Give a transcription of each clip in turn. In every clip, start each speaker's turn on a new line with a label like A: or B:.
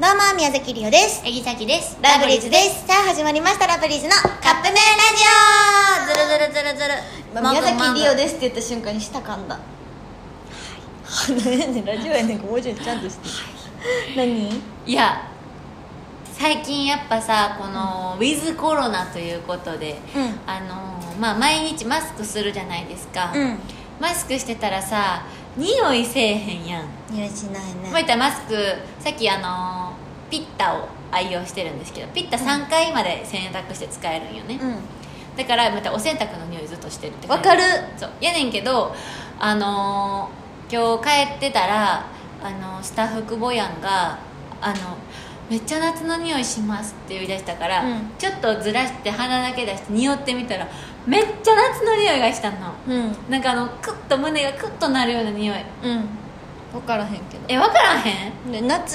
A: どうも宮崎りおです
B: えぎさきです
A: ラブリーズですさあ始まりましたラブリーズのカップ麺
B: あ
A: ラ
B: ず
A: ジ
B: るずるずるずる
A: オ宮崎りおですって言った瞬間に舌噛んだはいラジオやねんかもうちょいちゃんとして何
B: いや最近やっぱさこの、ウィズコロナということで、
A: う
B: あのまあ毎日マスクするじゃないですか、
A: ん
B: マスクしてたらさ匂いせえへんやん
A: 匂いしない
B: まあ、
A: ね
B: 言ったらマスクさっきあのピッタを愛用してるんですけどピッタ3回まで洗濯して使えるんよね、
A: う
B: だからまたお洗濯の匂いずっとしてるって
A: ん
B: 感
A: わ
B: じ
A: かる
B: そうやねんけどあのー今日帰ってたら、あのスタッフ久保やんがあの「めっちゃ夏の匂いします」って言い出したから、
A: うん
B: ちょっとずらして鼻だけ出して匂ってみたらめっちゃ夏の匂いがしたの
A: うん
B: なんかあのクッと胸がクッとなるような匂い
A: うん分からへんけ
B: え分からへん
A: どで夏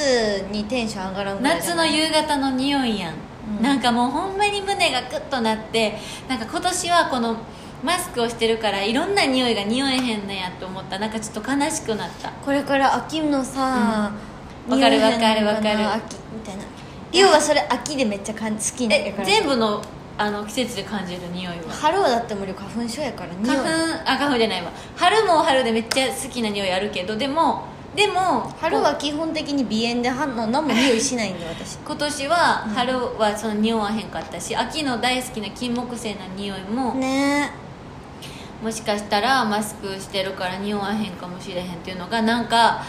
A: にテンション上がらんぐらいじ
B: 夏
A: ゃな
B: の
A: い
B: 夕方の匂いやん、
A: うん
B: なんかもうほんまに胸がクッとなってなんか今年はこのマスクをしてるからいろんな匂いが匂えへんねやと思ったなんかちょっと悲しくなった
A: これから秋のさ、
B: うんわかるわかるわかる
A: 匂いがな秋みたいなリオがそれ秋でめっちゃかん好きなんや
B: え
A: から
B: 全部のあの季節で感じる匂いは
A: 春はだって無理花粉症やから匂い
B: 花粉あ花粉じゃないわ春も春でめっちゃ好きな匂いあるけどでもでも
A: 春は基本的に鼻炎で反応何も匂いしないんで私
B: 今年は春はその匂わへんかったし秋の大好きな金木犀の匂いも、
A: ね
B: もしかしたらマスクしてるから匂わへんかもしれへんっていうのがなんか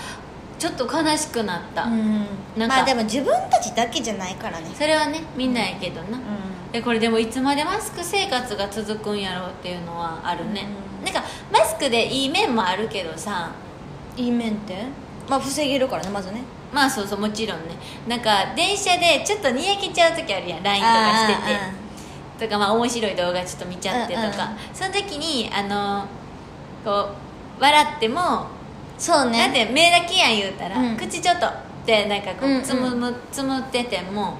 B: ちょっと悲しくなった、
A: えうん
B: なんか
A: まあでも自分たちだけじゃないからね
B: それはねみんなやけどな、
A: う
B: でこれでもいつまでマスク生活が続くんやろうっていうのはあるね、
A: うん
B: なんかマスクでいい面もあるけどさ
A: んいい面ってまあ防げるからねまずね
B: まあそうそうもちろんねなんか電車でちょっとにやけちゃう時あるやん LINE とかしてて
A: あ
B: とかまあ面白い動画ちょっと見ちゃってと
A: うん
B: か、
A: う
B: その時にあのこう笑っても
A: ーあーあーそう
B: だっ
A: ね
B: て目だけやん言うたら、
A: うん
B: 口ちょっとってなんかこ
A: うんう
B: うんつむむ、つむってても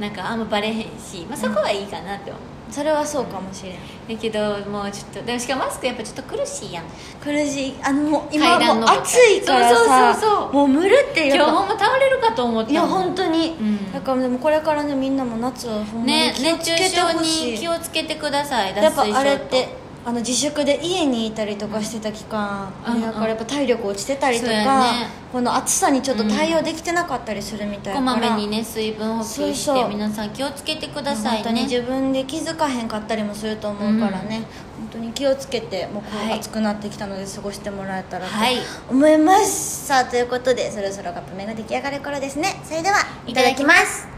B: なんかあんまバレへんし、まあ、そこはいいかなって思う、
A: それはそうかもしれん
B: だけどもうちょっとでもしかもマスクやっぱちょっと苦しいやん
A: 苦しいあのもう今
B: 階段
A: もう
B: 登った
A: 暑いからさ
B: そうそうそうそう
A: もう無理って
B: 今
A: や
B: 日
A: っぱ
B: ほんま倒れるかと思ったもん
A: いや本当に、
B: うん
A: だからでもこれからねみんなも夏はほんまに
B: ね
A: 気を
B: 熱
A: つ
B: 中
A: けて
B: 症
A: ほ
B: に
A: しい、
B: 気をつけてください
A: やっぱ
B: 脱水症
A: あ
B: と
A: れってあの自粛で家にいたりとかしてた期間、
B: うんうん
A: だからやっぱ体力落ちてたりと
B: そうや
A: か、
B: ね
A: この暑さにちょっと対応できてなかったりするみたいだ
B: こま
A: から、
B: めにね水分補給し
A: そうそ
B: て
A: う
B: 皆さん気をつけてくださ
A: 本
B: い
A: 当に自
B: ね
A: 分で気づかへんかったりもすると思うからね、本当に気をつけてもうこ
B: は
A: う
B: い
A: 暑くなってきたので過ごしてもらえたらと
B: はい
A: 思います、さあということでそろそろカップ麺が出来上がる頃ですねそれではいただきます